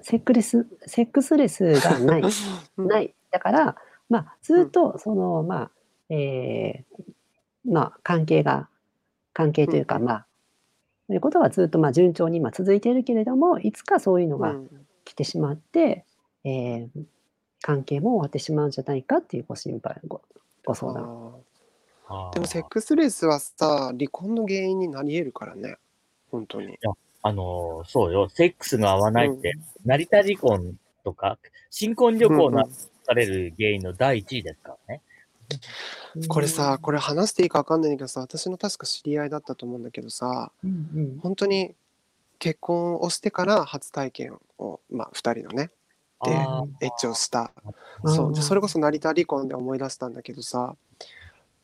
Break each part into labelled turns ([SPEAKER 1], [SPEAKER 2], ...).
[SPEAKER 1] セックレスセックスレスがない
[SPEAKER 2] うん
[SPEAKER 1] ない。だから、まあ、ずっとその、まあ、ええ、まあ、関係が関係
[SPEAKER 2] う
[SPEAKER 1] とい
[SPEAKER 2] ん
[SPEAKER 1] う
[SPEAKER 2] う
[SPEAKER 1] か、
[SPEAKER 2] ん。
[SPEAKER 1] まあ、そういうことはずっと、まあ、順調に今続いているけれども、いつかそういうの
[SPEAKER 2] う
[SPEAKER 1] が
[SPEAKER 2] ん。
[SPEAKER 1] 来てしまって、ええ、関係も終わってしまうんじゃないかっていうご心配、ごご相談。
[SPEAKER 2] ああ。でもセッ
[SPEAKER 3] ああ。
[SPEAKER 2] クスレスはさ、離婚の原因になり得るからね、ほんとに。
[SPEAKER 3] いや、あの、そうよ、セックスが合わな
[SPEAKER 2] う
[SPEAKER 3] いっ
[SPEAKER 2] ん。
[SPEAKER 3] て、成田離婚とか、新婚旅
[SPEAKER 2] うん
[SPEAKER 3] 行
[SPEAKER 2] う
[SPEAKER 3] が
[SPEAKER 2] ん。
[SPEAKER 3] される原因の第1位ですからね。
[SPEAKER 1] うー
[SPEAKER 2] これさ、
[SPEAKER 1] ん。
[SPEAKER 2] これ話していいかわかんないんだけどさ、私の確か知り合いだったと思うんだけどさ、
[SPEAKER 1] うんうん。
[SPEAKER 2] ほんとに結婚をしてから初体験を、まあ、2人のね、で、
[SPEAKER 3] ああ。
[SPEAKER 1] あ
[SPEAKER 2] エッチをした。
[SPEAKER 1] あ。あ
[SPEAKER 2] そう、で、それこ
[SPEAKER 1] あ。
[SPEAKER 2] そ成田離婚で思い出したんだけどさ、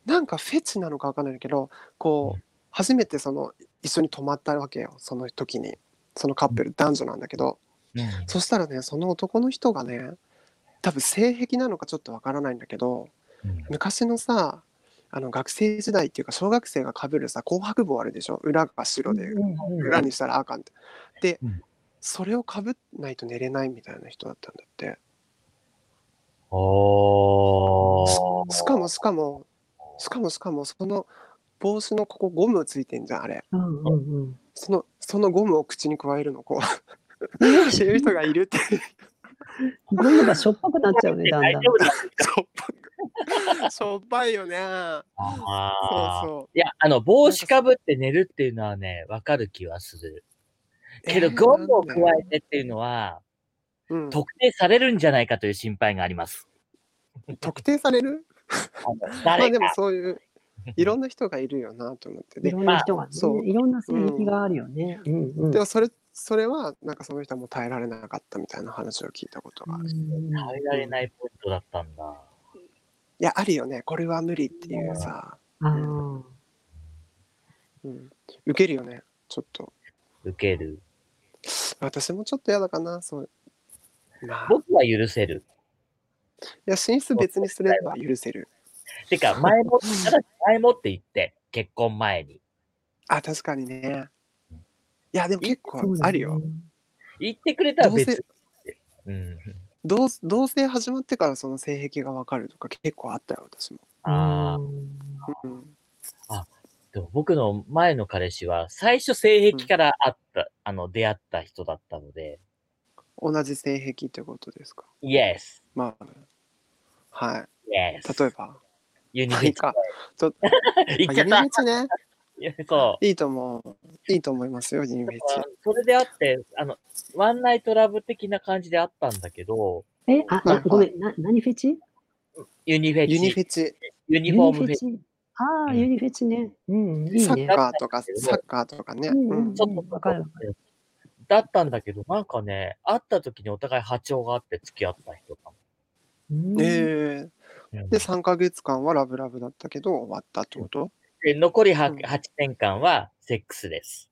[SPEAKER 2] なんかフェチなのかわかんないんだけど、
[SPEAKER 3] う
[SPEAKER 2] こ
[SPEAKER 3] ん。
[SPEAKER 2] う、初めてその、一緒に泊まったわけよ、その時に。そのカッ
[SPEAKER 3] う
[SPEAKER 2] プ
[SPEAKER 3] ん。
[SPEAKER 2] ル、男女なんだけど。
[SPEAKER 3] うん。
[SPEAKER 2] そしたらね、その男の人がね、多分性癖なのかちょっとわからないんだけど、
[SPEAKER 3] うん。
[SPEAKER 2] 昔のさ、あの学生時代っていうか小学生がかぶるさ、紅白帽あるでしょ？裏が
[SPEAKER 1] う
[SPEAKER 2] 白
[SPEAKER 1] ん
[SPEAKER 2] で、
[SPEAKER 1] うんうん
[SPEAKER 2] 裏
[SPEAKER 1] うん。
[SPEAKER 2] にしたら赤って。で、
[SPEAKER 3] うん。
[SPEAKER 2] それをかぶんないと寝れないみたいな人だったんだって。
[SPEAKER 3] あ
[SPEAKER 2] ししかも
[SPEAKER 3] あ。
[SPEAKER 2] しかも、しかもしかも、その帽子のここゴムついてんじゃん、あれ。
[SPEAKER 1] うん
[SPEAKER 3] あ。
[SPEAKER 1] うんうん。
[SPEAKER 2] そのそのゴムを口に加えるの、こう、
[SPEAKER 1] え
[SPEAKER 2] っていう 人がいるって。
[SPEAKER 1] ゴムがしょっぱくなっちゃうね、
[SPEAKER 3] で
[SPEAKER 1] だん
[SPEAKER 3] 大
[SPEAKER 1] だ
[SPEAKER 3] 丈
[SPEAKER 1] ん。
[SPEAKER 3] 夫なんです
[SPEAKER 2] し
[SPEAKER 3] か？
[SPEAKER 2] ょっぱくしょっぱいよね。そう
[SPEAKER 3] ああ。
[SPEAKER 2] そ
[SPEAKER 3] いや、あの、帽
[SPEAKER 2] う。なん
[SPEAKER 3] 子
[SPEAKER 2] か
[SPEAKER 3] か
[SPEAKER 2] そ
[SPEAKER 3] ぶって寝るっていうのはね、わかる気はする。けど、
[SPEAKER 2] ええ、
[SPEAKER 3] ゴ
[SPEAKER 2] な
[SPEAKER 3] ム
[SPEAKER 2] ん
[SPEAKER 3] を
[SPEAKER 2] で？
[SPEAKER 3] 加えてっていうのは、
[SPEAKER 2] うん。
[SPEAKER 3] 特定されるんじゃないかという心配があります。
[SPEAKER 2] 特定される？
[SPEAKER 3] あの、
[SPEAKER 2] まあ、
[SPEAKER 3] 誰
[SPEAKER 2] でも
[SPEAKER 3] か。
[SPEAKER 2] そういう、いろんな人がいるよなと思って。
[SPEAKER 1] い
[SPEAKER 2] で、
[SPEAKER 1] ろんな
[SPEAKER 3] まあ、
[SPEAKER 1] 人がね、
[SPEAKER 2] そ
[SPEAKER 1] いろんな
[SPEAKER 2] う。
[SPEAKER 1] 性
[SPEAKER 2] う
[SPEAKER 1] 癖
[SPEAKER 2] ん。
[SPEAKER 1] があるよね。うんう
[SPEAKER 2] で
[SPEAKER 1] ん。
[SPEAKER 2] もそれそれは、なんかその人はもう耐えられなかったみたいな話を聞いたこと
[SPEAKER 1] うー
[SPEAKER 2] がある。
[SPEAKER 1] ん。
[SPEAKER 3] 耐えら
[SPEAKER 2] う。
[SPEAKER 3] れなんいポイントだったんだ。
[SPEAKER 2] いや、あるよね。これは無理っていう
[SPEAKER 3] うん。
[SPEAKER 2] さ。
[SPEAKER 1] あ
[SPEAKER 2] うん。
[SPEAKER 1] あ。
[SPEAKER 2] うん。ウケるよね、ちょっと。
[SPEAKER 3] ウケる。
[SPEAKER 2] 私もちょっと嫌だかな、そう。まあ。
[SPEAKER 3] 僕は許せる。
[SPEAKER 2] いや、寝室
[SPEAKER 3] そ
[SPEAKER 2] 別
[SPEAKER 3] う
[SPEAKER 2] に
[SPEAKER 3] いう
[SPEAKER 2] す
[SPEAKER 3] 場
[SPEAKER 2] れば
[SPEAKER 3] 合は。
[SPEAKER 2] 許せる。
[SPEAKER 3] てか、前もただし前もって言って、結婚前に。
[SPEAKER 2] あ、確かにね。いや、でも
[SPEAKER 3] い
[SPEAKER 2] 結構
[SPEAKER 1] そうだ
[SPEAKER 2] あるよ。
[SPEAKER 1] ね。
[SPEAKER 3] 言ってくれたら
[SPEAKER 2] どう
[SPEAKER 3] 別
[SPEAKER 2] せ
[SPEAKER 3] にって。うん。
[SPEAKER 2] 同同棲始まってからその性癖がわかるとか結構あったよ、私も。
[SPEAKER 1] う
[SPEAKER 3] ああ。
[SPEAKER 1] ーん。
[SPEAKER 2] うん。
[SPEAKER 3] あ、でも僕の前の彼氏は、最初性
[SPEAKER 2] う
[SPEAKER 3] 癖
[SPEAKER 2] ん。
[SPEAKER 3] からあった、あの、出会った人だったので。
[SPEAKER 2] 同じ性癖ってことですか？
[SPEAKER 3] イエス。
[SPEAKER 2] まあ、はい。
[SPEAKER 3] イエ
[SPEAKER 2] 例え
[SPEAKER 3] ス。
[SPEAKER 2] ば
[SPEAKER 3] ユニ
[SPEAKER 2] まあ、
[SPEAKER 3] フ
[SPEAKER 2] い
[SPEAKER 3] ェ
[SPEAKER 2] い
[SPEAKER 3] チ
[SPEAKER 2] か。ちょ
[SPEAKER 3] で。言っ
[SPEAKER 2] まあ、
[SPEAKER 3] ち
[SPEAKER 2] ユニフェ
[SPEAKER 3] ゃった。
[SPEAKER 2] チね。
[SPEAKER 3] いやそう。
[SPEAKER 2] いいと思う。いいと思いますよ、ユニフェチ。
[SPEAKER 3] それであって、あの、ワンナイトラブ的な感じであったんだけど、
[SPEAKER 1] え、あ、
[SPEAKER 2] はい
[SPEAKER 1] なご
[SPEAKER 2] は
[SPEAKER 1] め
[SPEAKER 2] い。
[SPEAKER 1] ん、な、何フェチ？
[SPEAKER 3] ユニフェ
[SPEAKER 2] ユニフ
[SPEAKER 3] チ、
[SPEAKER 2] ェチ。
[SPEAKER 3] ユニ
[SPEAKER 1] ユ
[SPEAKER 3] フ
[SPEAKER 1] ニ
[SPEAKER 3] ォー
[SPEAKER 1] フ
[SPEAKER 3] ム
[SPEAKER 1] ェ
[SPEAKER 3] フェチ、
[SPEAKER 1] チ。あ
[SPEAKER 3] う
[SPEAKER 1] あ、ユ
[SPEAKER 3] ん、
[SPEAKER 1] ニフェチね。うん、いい
[SPEAKER 2] サッ
[SPEAKER 1] ね。
[SPEAKER 3] だっ
[SPEAKER 2] カー
[SPEAKER 3] た
[SPEAKER 2] と
[SPEAKER 3] んだ
[SPEAKER 2] か、
[SPEAKER 3] け
[SPEAKER 2] サッ
[SPEAKER 3] ど、
[SPEAKER 2] カーとか
[SPEAKER 1] う
[SPEAKER 2] ね。
[SPEAKER 1] ん
[SPEAKER 2] う。
[SPEAKER 1] うんん
[SPEAKER 3] ちょ
[SPEAKER 1] う
[SPEAKER 3] っと
[SPEAKER 1] ん、
[SPEAKER 3] そ
[SPEAKER 1] わか
[SPEAKER 3] こ
[SPEAKER 1] るわかる。
[SPEAKER 3] だったんだけど、なんかね、会った時にお互い波長があって付き合った人かも。
[SPEAKER 1] うーん。
[SPEAKER 2] ええ。
[SPEAKER 3] う
[SPEAKER 2] で、
[SPEAKER 3] ん。
[SPEAKER 2] 3か月間はラブラブだったけど終わったってこと？
[SPEAKER 3] で、残り
[SPEAKER 2] う
[SPEAKER 3] は
[SPEAKER 2] ん。
[SPEAKER 3] 8年間はセックスです。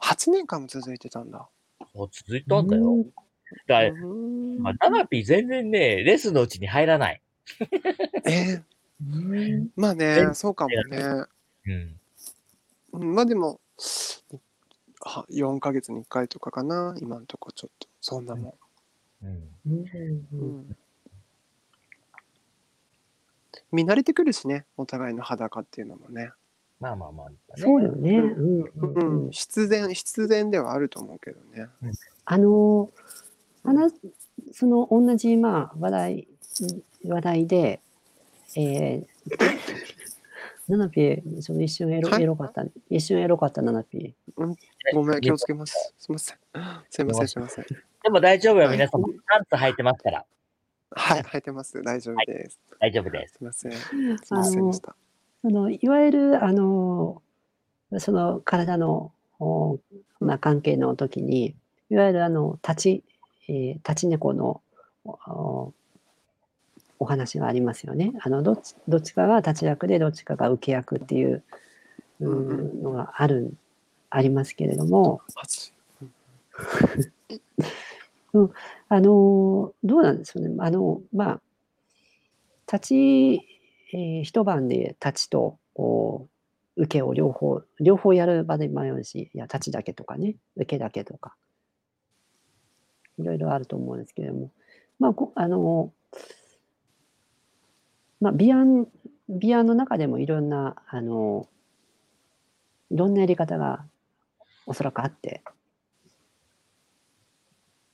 [SPEAKER 2] 8年間も続いてたんだ。
[SPEAKER 3] もう続いう
[SPEAKER 1] ー
[SPEAKER 3] たんだよ。
[SPEAKER 1] ん。
[SPEAKER 2] う
[SPEAKER 3] だ
[SPEAKER 2] ー
[SPEAKER 3] いまあ、
[SPEAKER 2] ん。
[SPEAKER 3] ナナピー全然ね、レスのうちに入らない。
[SPEAKER 2] ええ。
[SPEAKER 1] うーん。
[SPEAKER 2] まあ
[SPEAKER 3] 全
[SPEAKER 2] ね、そうかも
[SPEAKER 3] 然。
[SPEAKER 2] ね。
[SPEAKER 3] うん。
[SPEAKER 2] うん、ま、でも、は4か月に1回とかかな、今んとこちょっと。そんな
[SPEAKER 3] うん。
[SPEAKER 2] もん。
[SPEAKER 3] うん。
[SPEAKER 1] うんう。
[SPEAKER 2] うんん。見慣れてくるしね、お互いの裸っていうのもね。
[SPEAKER 3] まあまあまあ、ね。
[SPEAKER 1] そうよね。う
[SPEAKER 2] う。
[SPEAKER 1] んんうん
[SPEAKER 2] う、
[SPEAKER 1] うんん。
[SPEAKER 2] 必然必然ではあると思うけどね。
[SPEAKER 3] うん。
[SPEAKER 1] あの、
[SPEAKER 2] う
[SPEAKER 1] は
[SPEAKER 2] ん。
[SPEAKER 1] なその同じまあ、話題話題で、ええ、ナナピー、その一瞬エロ
[SPEAKER 2] は
[SPEAKER 1] エ
[SPEAKER 2] い。
[SPEAKER 1] ロかった、一瞬エロかったナナピー。
[SPEAKER 2] うん、
[SPEAKER 3] え、
[SPEAKER 2] ごめん、気
[SPEAKER 3] 言っ
[SPEAKER 2] を
[SPEAKER 3] ち
[SPEAKER 2] つ
[SPEAKER 3] ゃっ
[SPEAKER 2] けます。すいません。すい
[SPEAKER 3] た。
[SPEAKER 2] ま
[SPEAKER 3] も
[SPEAKER 2] せ、
[SPEAKER 3] うん
[SPEAKER 2] すいません。
[SPEAKER 3] でも大丈夫よ、
[SPEAKER 2] はい。
[SPEAKER 3] 皆様。パンツ履いてますから。
[SPEAKER 2] はい、履いてます。大丈夫
[SPEAKER 3] はい、
[SPEAKER 2] です。
[SPEAKER 3] 大丈 夫です。
[SPEAKER 2] すいません。すいま
[SPEAKER 1] あ
[SPEAKER 3] はい。
[SPEAKER 2] せんでし
[SPEAKER 1] の、
[SPEAKER 2] た。
[SPEAKER 1] そのいわゆるあの、その体の、お、
[SPEAKER 2] う
[SPEAKER 1] まあ、
[SPEAKER 2] ん。
[SPEAKER 1] 関係の時に、いわゆるあの立ちええ、立ち猫の、おおお話がありますよね。あの、どっちどっちかが立ち役で、どっちかが受け役っていう、う
[SPEAKER 2] うんうん。
[SPEAKER 1] ーん、のがあるありますけれども。
[SPEAKER 2] はち。うん。
[SPEAKER 1] うん、あの、どうなんでしょうね。あの、まあ立ちええ、一晩で立ちと、こう、受けを両方両方やる場で迷うし、いや、立ちだけとかね、受けだけとか。いろいろあると思うんですけれども、まあ、こあの、まあ、ビアン、ビアンの中でもいろんな、あの、いろんなやり方がおそらくあって、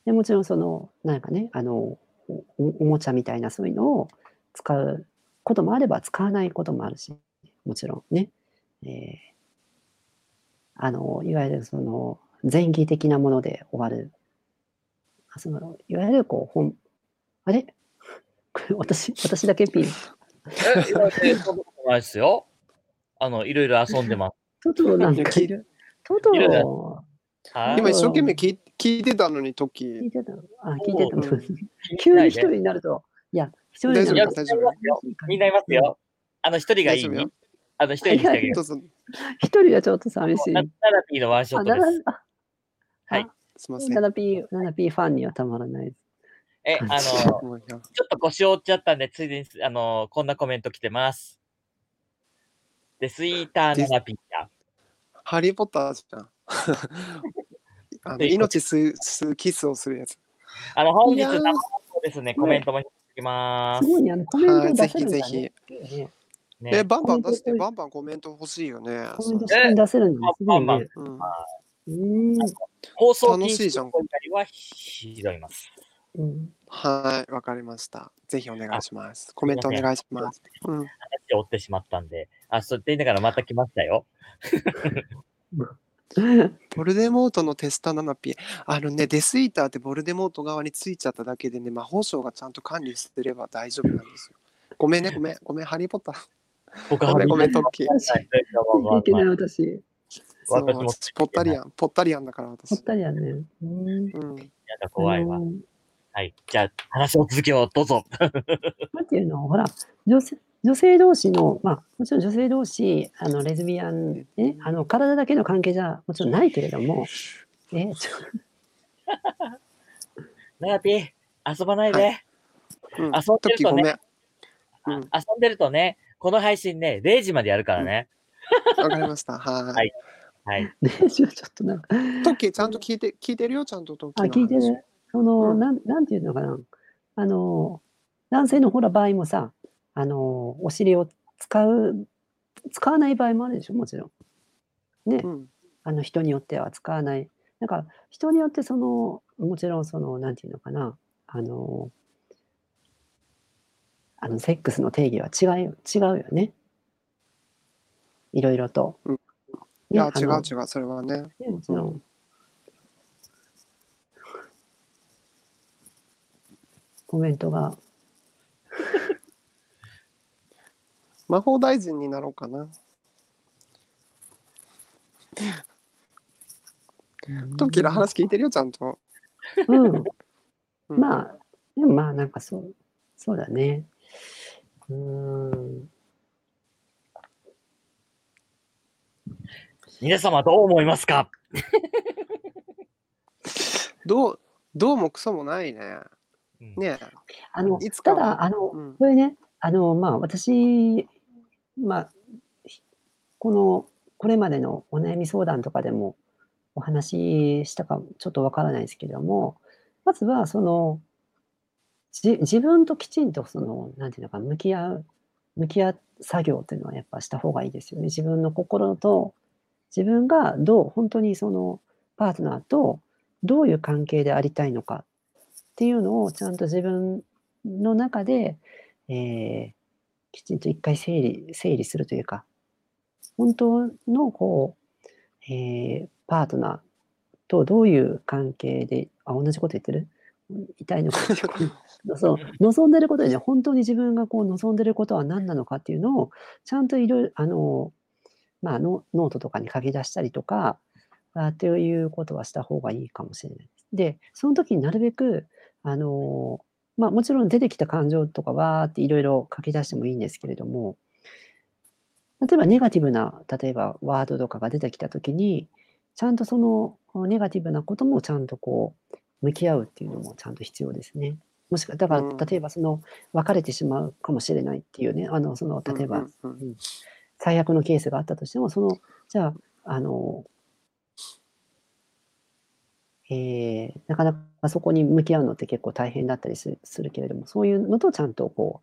[SPEAKER 1] でもちろんその、なんかね、あの、おおおもちゃみたいなそういうのを使うこともあれば使わないこともあるし、もちろんね、えーあの、いわゆるその前儀的なもので終わる。そのいわゆるこう本、あれ これ私、私だけピン。
[SPEAKER 3] え、言われてそんなことないですよ。あの、いろいろ遊んでま
[SPEAKER 1] トトなんか、
[SPEAKER 2] 聞いて
[SPEAKER 1] トト
[SPEAKER 3] いろい
[SPEAKER 1] を
[SPEAKER 3] す。はい。
[SPEAKER 2] 今一生懸命聞い聞いてたのに、トキ
[SPEAKER 1] 聞いてたのあ、聞いてたの
[SPEAKER 2] そう。
[SPEAKER 1] 急に一人になると、いや、一人に
[SPEAKER 3] い
[SPEAKER 1] な
[SPEAKER 3] や
[SPEAKER 1] ると
[SPEAKER 2] 大丈夫
[SPEAKER 3] みんないますよ。あの、一人が
[SPEAKER 2] 大
[SPEAKER 3] いい
[SPEAKER 2] 丈夫。よ。
[SPEAKER 3] あの、一人にしてあげる
[SPEAKER 2] ど。うぞ、
[SPEAKER 1] 一人はちょっと寂しい。
[SPEAKER 3] ナ
[SPEAKER 1] あ
[SPEAKER 3] ナラピーのワンショット
[SPEAKER 1] だ
[SPEAKER 3] で
[SPEAKER 1] ら
[SPEAKER 3] す。
[SPEAKER 1] あ
[SPEAKER 3] はい
[SPEAKER 2] すいません。
[SPEAKER 1] ナナピー、ナナピーファンにはたまらないです。
[SPEAKER 3] え、あの、ちょ
[SPEAKER 2] もういいや
[SPEAKER 3] っと腰を折っちゃったんで、ついでに、あの、こんなコメント来てます。で、スイーターナラピーだ。
[SPEAKER 2] ハリー・ポッターじゃん。あの
[SPEAKER 3] で
[SPEAKER 2] 命吸う吸うキスをするやつ。
[SPEAKER 3] あの、本日
[SPEAKER 2] いやー
[SPEAKER 3] 生放送ですね、コメントもしておきますす。
[SPEAKER 1] ごいね、あのコメン
[SPEAKER 2] は
[SPEAKER 1] ト
[SPEAKER 2] い、
[SPEAKER 1] を
[SPEAKER 2] ぜ
[SPEAKER 1] 出せ
[SPEAKER 2] ひ
[SPEAKER 1] るん
[SPEAKER 2] ぜ
[SPEAKER 1] だね
[SPEAKER 2] ひ。。
[SPEAKER 1] ね
[SPEAKER 2] え、
[SPEAKER 3] ね、
[SPEAKER 2] バンバン出して、
[SPEAKER 1] コメント
[SPEAKER 2] バンバンコメント欲しいよね。
[SPEAKER 1] コメント
[SPEAKER 2] そう
[SPEAKER 1] 下に出せるんだね。すごいね。
[SPEAKER 2] うん、
[SPEAKER 1] うん
[SPEAKER 3] 放送禁
[SPEAKER 2] 楽しいじ
[SPEAKER 3] 止
[SPEAKER 2] ゃん
[SPEAKER 3] の光は拾います。
[SPEAKER 1] うん。
[SPEAKER 2] はい、わかりました。ぜひお願いします。コメントお願いします。うん、
[SPEAKER 3] 話を折ってしまったんで。あ、そうって言いながらまた来ましたよ。
[SPEAKER 2] ボルデモートのテスタナナピあのねデスイーターってボルデモート側についちゃっただけでね魔法省がちゃんと管理すれば大丈夫なんですよごめんねごめんごめんハリー・ポッター
[SPEAKER 3] 僕
[SPEAKER 2] ごめんごめんトッキー
[SPEAKER 3] はい
[SPEAKER 1] いけない私。
[SPEAKER 2] そう
[SPEAKER 3] 私も
[SPEAKER 2] 私ポッタリアンポッタリアンだから
[SPEAKER 1] ほっ
[SPEAKER 2] 私、
[SPEAKER 1] たりやね。うん
[SPEAKER 2] うん、
[SPEAKER 3] なんか怖いわ
[SPEAKER 1] あ。の
[SPEAKER 3] はい。じゃあ、話を続けよう。どうぞ。
[SPEAKER 1] なんていうのほら女性女性同士の、まあ、もちろん女性同士あのレズビアン、ね、あの体だけの関係じゃもちろんないけれども、えちょ
[SPEAKER 3] ナラピー、遊ばないで。
[SPEAKER 2] はうん、
[SPEAKER 3] あそう
[SPEAKER 2] トッキーごめんわ
[SPEAKER 3] あ
[SPEAKER 2] うん
[SPEAKER 3] 遊んでるとね、この配信ね、0時までやるからね。
[SPEAKER 2] かりましたはい、
[SPEAKER 3] はいはい。
[SPEAKER 1] ね、ちょっとなんか
[SPEAKER 2] トッキーちゃんと聞いて聞いてるよちゃんとトッキ
[SPEAKER 1] あ
[SPEAKER 2] ーの
[SPEAKER 1] 聞
[SPEAKER 2] 話
[SPEAKER 1] いてるその、
[SPEAKER 2] うん
[SPEAKER 1] なんなんていうのかなあの男性のほら場合もさあのお尻を使う使わない場合もあるでしょもちろん
[SPEAKER 2] うん
[SPEAKER 1] あの人によっては使わない。なんか人によってそのもちろんそのなんていうのかなあのあのセックスの定義は違い違うよね。いろいろと。
[SPEAKER 2] うんい
[SPEAKER 1] ね
[SPEAKER 2] や
[SPEAKER 1] あ
[SPEAKER 2] 違う
[SPEAKER 1] の
[SPEAKER 2] 違うそれはね
[SPEAKER 1] ねもちろん。コメントが
[SPEAKER 2] 魔法大臣になろうかなトッキーの話聞いてるよちゃんと、
[SPEAKER 1] うん。
[SPEAKER 2] うん、
[SPEAKER 1] まあ、でもまあ、なんかそう、そうだね。うーん。
[SPEAKER 3] 皆様どう思いますか
[SPEAKER 2] どうどうもクソもないね
[SPEAKER 3] うん
[SPEAKER 2] ね
[SPEAKER 1] あの、
[SPEAKER 2] いつか
[SPEAKER 1] た
[SPEAKER 2] は
[SPEAKER 1] だ、あの、
[SPEAKER 2] うん
[SPEAKER 1] これね、あの、まあ、私、まあ、ひこの、これまでのお悩み相談とかでもお話ししたかちょっとわからないですけれども、まずは、その、じ自分ときちんと、その、なんていうのか、向き合う、向き合う作業っていうのはやっぱした方がいいですよね。自分の心と、自分がどう、本当にその、パートナーとどういう関係でありたいのかっていうのをちゃんと自分の中で、えーきちんと一回整理整理するというか本当のこう、えーパートナーとどういう関係であ同じこと言ってる痛いのかそう望んでることでね本当に自分がこう望んでることは何なのかっていうのをちゃんといろいろあの、まあ、ノノートとかに書き出したりとかあっていうことはした方がいいかもしれないです。でその時になるべくあのまあ、もちろん出てきた感情とかわーっていろいろ書き出してもいいんですけれども例えばネガティブな例えばワードとかが出てきた時にちゃんとそのネガティブなこともちゃんとこう向き合うっていうのもちゃんと必要ですね。もしかだか
[SPEAKER 2] うん
[SPEAKER 1] ら例えばその別れてしまうかもしれないっていうねあのその例えば
[SPEAKER 2] うんうんうん
[SPEAKER 1] 最悪のケースがあったとしてもそのじゃああのえーなかなかそこに向き合うのって結構大変だったりするするけれどもそういうのとちゃんとこ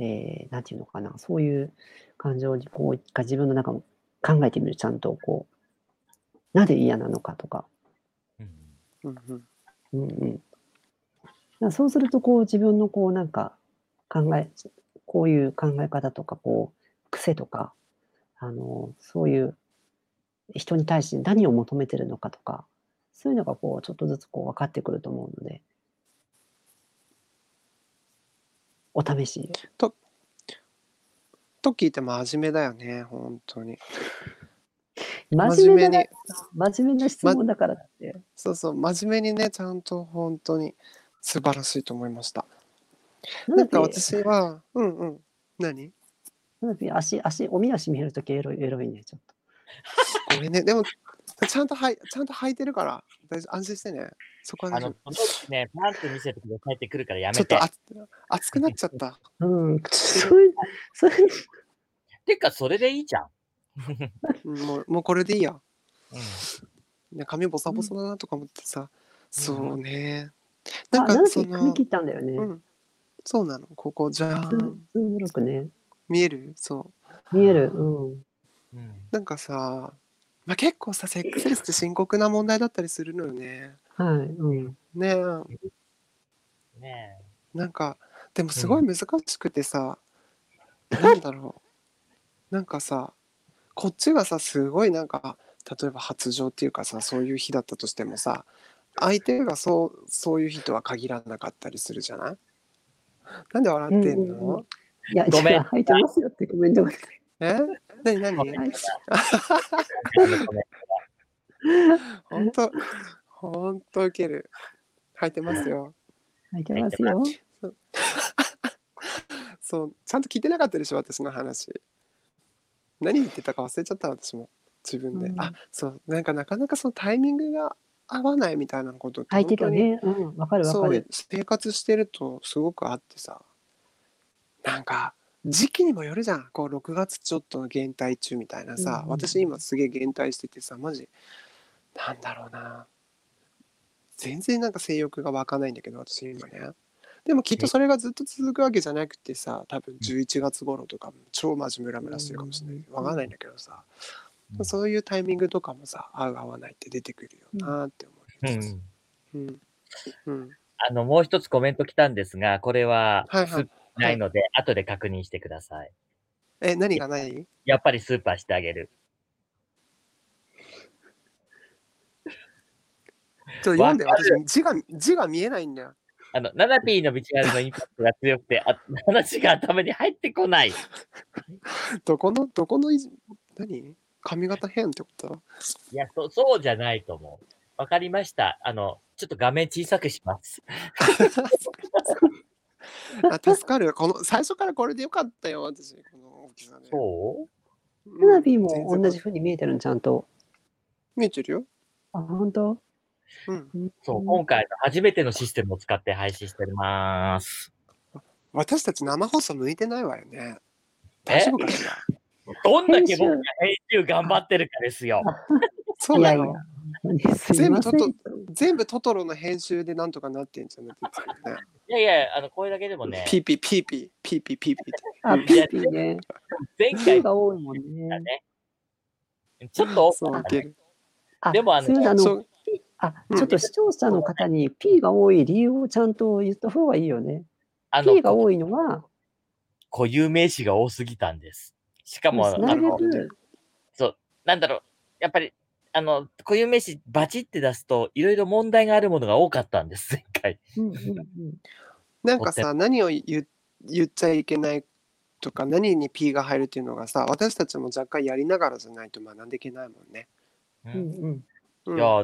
[SPEAKER 1] う、えーなんていうのかなそういう感情をこう一回自分の中も考えてみるちゃんとこうなぜ嫌なのかとか
[SPEAKER 3] うん
[SPEAKER 2] うんうん
[SPEAKER 1] うんうん、だからそうするとこう自分のこうなんか考えこういう考え方とかこう癖とかあのそういう人に対して何を求めてるのかとかそういうのがこうちょっとずつこう分かってくると思うのでお試し
[SPEAKER 2] と聞いて真面目だよね本当に
[SPEAKER 1] 真面目
[SPEAKER 2] に
[SPEAKER 1] な真面目な質問だからって、
[SPEAKER 2] そうそう真面目にねちゃんと本当に素晴らしいと思いました
[SPEAKER 1] な
[SPEAKER 2] なんんか
[SPEAKER 1] だって
[SPEAKER 2] 私はうんうん何
[SPEAKER 1] なんだって足足おみ足見えるときエロいエロいねちょっと
[SPEAKER 2] ごめんねでもちゃんとはいちゃんと履いてるから大丈夫安心してねそこは
[SPEAKER 3] あ
[SPEAKER 2] 大丈
[SPEAKER 3] の
[SPEAKER 2] 夫、
[SPEAKER 3] その時ね、パンって見せてくださいってくるからや
[SPEAKER 2] ちょ
[SPEAKER 3] め。
[SPEAKER 2] ってと
[SPEAKER 3] っ
[SPEAKER 2] あ熱くなっちゃ った
[SPEAKER 1] うんそういうそういう
[SPEAKER 3] てか、それでいいじゃん。
[SPEAKER 2] うんもうもうこれでいいや
[SPEAKER 3] うん
[SPEAKER 2] ね髪ボサボサだなとか思ってさ、そうね
[SPEAKER 1] あ
[SPEAKER 2] なん
[SPEAKER 1] なんだ
[SPEAKER 2] か
[SPEAKER 1] っ
[SPEAKER 2] そ
[SPEAKER 1] け髪
[SPEAKER 2] の
[SPEAKER 1] 切ったんだよね。
[SPEAKER 2] うんそうなのここじゃ
[SPEAKER 1] うんん、ブロックね。
[SPEAKER 2] 見えるそう
[SPEAKER 1] 見える。うん。
[SPEAKER 3] うん
[SPEAKER 2] なんかさ、まあ、結構さセックスレスって深刻な問題だったりするのよね。
[SPEAKER 1] はい。うん。
[SPEAKER 2] ねえ
[SPEAKER 3] ね
[SPEAKER 2] なんかでもすごい難しくてさ、なんだろう なんかさこっちがさすごいなんか例えば発情っていうかさそういう日だったとしてもさ相手がそうそういう日とは限らなかったりするじゃないなんで笑ってんの、
[SPEAKER 1] うんうんういや、
[SPEAKER 3] ごめん
[SPEAKER 1] 違う履いてますよってコメントが来て。
[SPEAKER 2] え何何
[SPEAKER 3] ごめん
[SPEAKER 1] はい
[SPEAKER 3] え。あのごめん
[SPEAKER 2] 本当本当ウケる履いてますよ
[SPEAKER 1] 履いてますよ。
[SPEAKER 2] そうちゃんと聞いてなかったでしょ私の話何言ってたか忘れちゃった私も自分で、
[SPEAKER 1] うん
[SPEAKER 2] あそうなんかなかなかそのタイミングが合わないみたいなことって
[SPEAKER 1] 履いて
[SPEAKER 2] 本
[SPEAKER 1] た
[SPEAKER 2] 当に
[SPEAKER 1] ね。うん。わかるわか
[SPEAKER 2] そう
[SPEAKER 1] る。
[SPEAKER 2] 生活してるとすごくあってさなんか時期にもよるじゃんこう6月ちょっとの減退中みたいなさ、
[SPEAKER 1] うん
[SPEAKER 2] 私今すげえ減退しててさマジなんだろうな全然なんか性欲が湧かないんだけど私今ねでもきっとそれがずっと続くわけじゃなくてさ多分11月頃とか超マジムラムラしてるかもしれない
[SPEAKER 1] うん
[SPEAKER 2] わかんないんだけどさ、
[SPEAKER 3] うん
[SPEAKER 2] そういうタイミングとかもさ合う合わないって出てくるよなって思
[SPEAKER 3] う
[SPEAKER 2] い
[SPEAKER 3] ん
[SPEAKER 2] ま
[SPEAKER 3] う
[SPEAKER 2] す
[SPEAKER 3] ん
[SPEAKER 2] うんうん
[SPEAKER 3] あの、もう一つコメント来たんですが、これは、
[SPEAKER 2] はいはい
[SPEAKER 3] スーパーないので、後で確認してください。
[SPEAKER 2] え何がない
[SPEAKER 3] やっぱりスーパーしてあげる。
[SPEAKER 2] ちょっと読んで、
[SPEAKER 3] わか
[SPEAKER 2] 私
[SPEAKER 3] る、
[SPEAKER 2] 字が、字が見えないんだよ。
[SPEAKER 3] あの、ナナピーの道あるのインパクトが強くて、あ話が頭に入ってこない。い
[SPEAKER 2] どこの、どこのい、何髪型変ってこと
[SPEAKER 3] や、そそうじゃないと思う。わかりました。あの、ちょっと画面小さくします。
[SPEAKER 2] あ、助かる。この、最初からこれでよかったよ、私。この大きさで。
[SPEAKER 3] そう
[SPEAKER 2] うん
[SPEAKER 1] 花火も
[SPEAKER 2] 全
[SPEAKER 1] 同
[SPEAKER 2] 然
[SPEAKER 1] じ風に見えてるの、ちゃんと。
[SPEAKER 2] 見えてるよ。
[SPEAKER 1] あ、本当
[SPEAKER 2] うん。
[SPEAKER 3] そう、
[SPEAKER 1] うん
[SPEAKER 3] 今回の初めてのシステムを使って配信しております。
[SPEAKER 2] 私たち生放送向いてないわよね。
[SPEAKER 3] え
[SPEAKER 2] 大丈夫かしら
[SPEAKER 3] どんだけ僕が
[SPEAKER 1] 編
[SPEAKER 3] 編集頑張ってるかですよ。
[SPEAKER 2] そう
[SPEAKER 1] い
[SPEAKER 2] な
[SPEAKER 1] やいや
[SPEAKER 2] の。。
[SPEAKER 1] すみません。
[SPEAKER 2] 全部全部トトロの編集でなんとかなってんじゃないですかね。
[SPEAKER 3] いやいや、あの、これだけでもね、
[SPEAKER 2] ピーピーピーピーピーピーピーピーって。
[SPEAKER 1] あ、
[SPEAKER 2] うん
[SPEAKER 1] ピーピーね。
[SPEAKER 3] 前
[SPEAKER 1] 数
[SPEAKER 3] 回
[SPEAKER 1] が多いもん
[SPEAKER 3] だ
[SPEAKER 1] ね。
[SPEAKER 3] ね、ちょっと多
[SPEAKER 2] そう
[SPEAKER 3] かっ
[SPEAKER 2] い
[SPEAKER 3] た
[SPEAKER 2] け
[SPEAKER 3] ね、
[SPEAKER 2] る。
[SPEAKER 1] あ、
[SPEAKER 3] でもあの
[SPEAKER 1] すみませんあ
[SPEAKER 2] そ
[SPEAKER 1] の、
[SPEAKER 2] う
[SPEAKER 1] あ、
[SPEAKER 2] うん
[SPEAKER 1] ちょっと視聴者の方に P が多い理由をちゃんと言った方がいいよね。
[SPEAKER 3] あの
[SPEAKER 1] P、が多いのは、
[SPEAKER 3] 固有名詞が多すぎたんです。しかも、あ
[SPEAKER 1] なる
[SPEAKER 3] の、
[SPEAKER 1] べく、
[SPEAKER 3] なんだろう、やっぱり、あの、固有名詞バチって出すと、いろいろ問題があるものが多かったんです、前回。
[SPEAKER 1] うんうんうん。
[SPEAKER 2] なんかさ何を言言っちゃいけないとか何に P が入るっていうのがさ私たちも若干やりながらじゃないと学んでいけないもんね。
[SPEAKER 1] うんうん
[SPEAKER 2] うん
[SPEAKER 3] いやー、